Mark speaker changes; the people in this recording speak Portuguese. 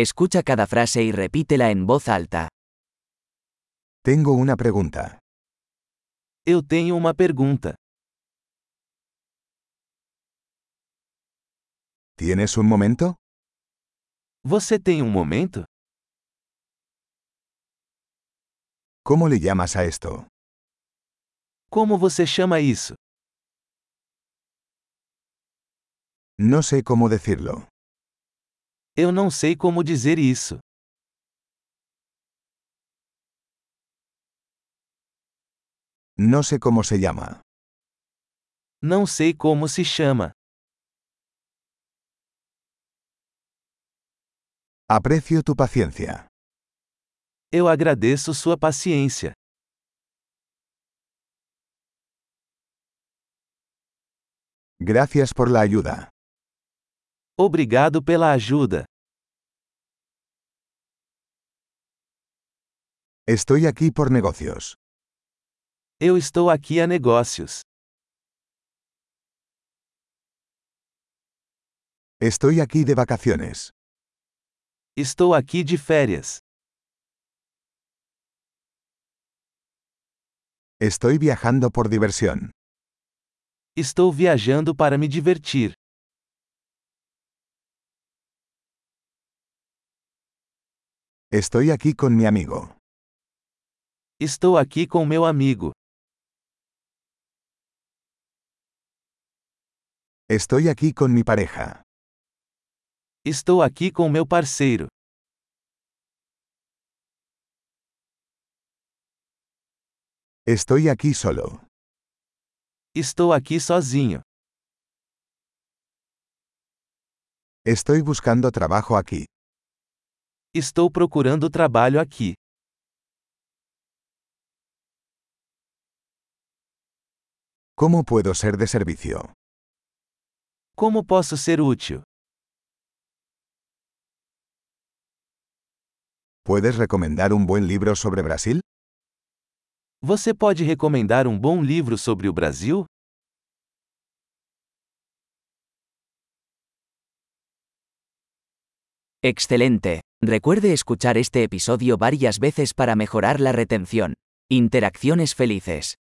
Speaker 1: Escucha cada frase y repítela en voz alta.
Speaker 2: Tengo una pregunta.
Speaker 3: Eu tenho uma pergunta.
Speaker 2: ¿Tienes un momento?
Speaker 3: Você tem um momento?
Speaker 2: ¿Cómo le llamas a esto?
Speaker 3: Como você chama isso?
Speaker 2: No sé cómo decirlo.
Speaker 3: Eu não sei como dizer isso.
Speaker 2: No sé cómo se llama.
Speaker 3: Não sei como se chama.
Speaker 2: Aprecio tu paciencia.
Speaker 3: Eu agradeço sua paciência.
Speaker 2: Gracias por la ayuda.
Speaker 3: Obrigado pela ajuda.
Speaker 2: Estoy aquí por negocios.
Speaker 3: Eu estou aqui a negócios.
Speaker 2: Estoy aquí de vacaciones.
Speaker 3: Estou aqui de férias.
Speaker 2: Estoy viajando por diversión.
Speaker 3: Estou viajando para me divertir.
Speaker 2: Estoy aquí con mi amigo.
Speaker 3: Estou aqui com meu amigo.
Speaker 2: Estoy aquí con mi pareja.
Speaker 3: Estou aqui com meu parceiro.
Speaker 2: Estoy aquí solo.
Speaker 3: Estou aqui sozinho.
Speaker 2: Estoy buscando trabajo aquí.
Speaker 3: Estou procurando trabalho aqui.
Speaker 2: ¿Cómo puedo ser de servicio?
Speaker 3: Como posso ser útil?
Speaker 2: ¿Puedes recomendar un buen libro sobre Brasil?
Speaker 3: Você pode recomendar um bom livro sobre o Brasil?
Speaker 1: Excelente. Recuerde escuchar este episodio varias veces para mejorar la retención. Interacciones felices.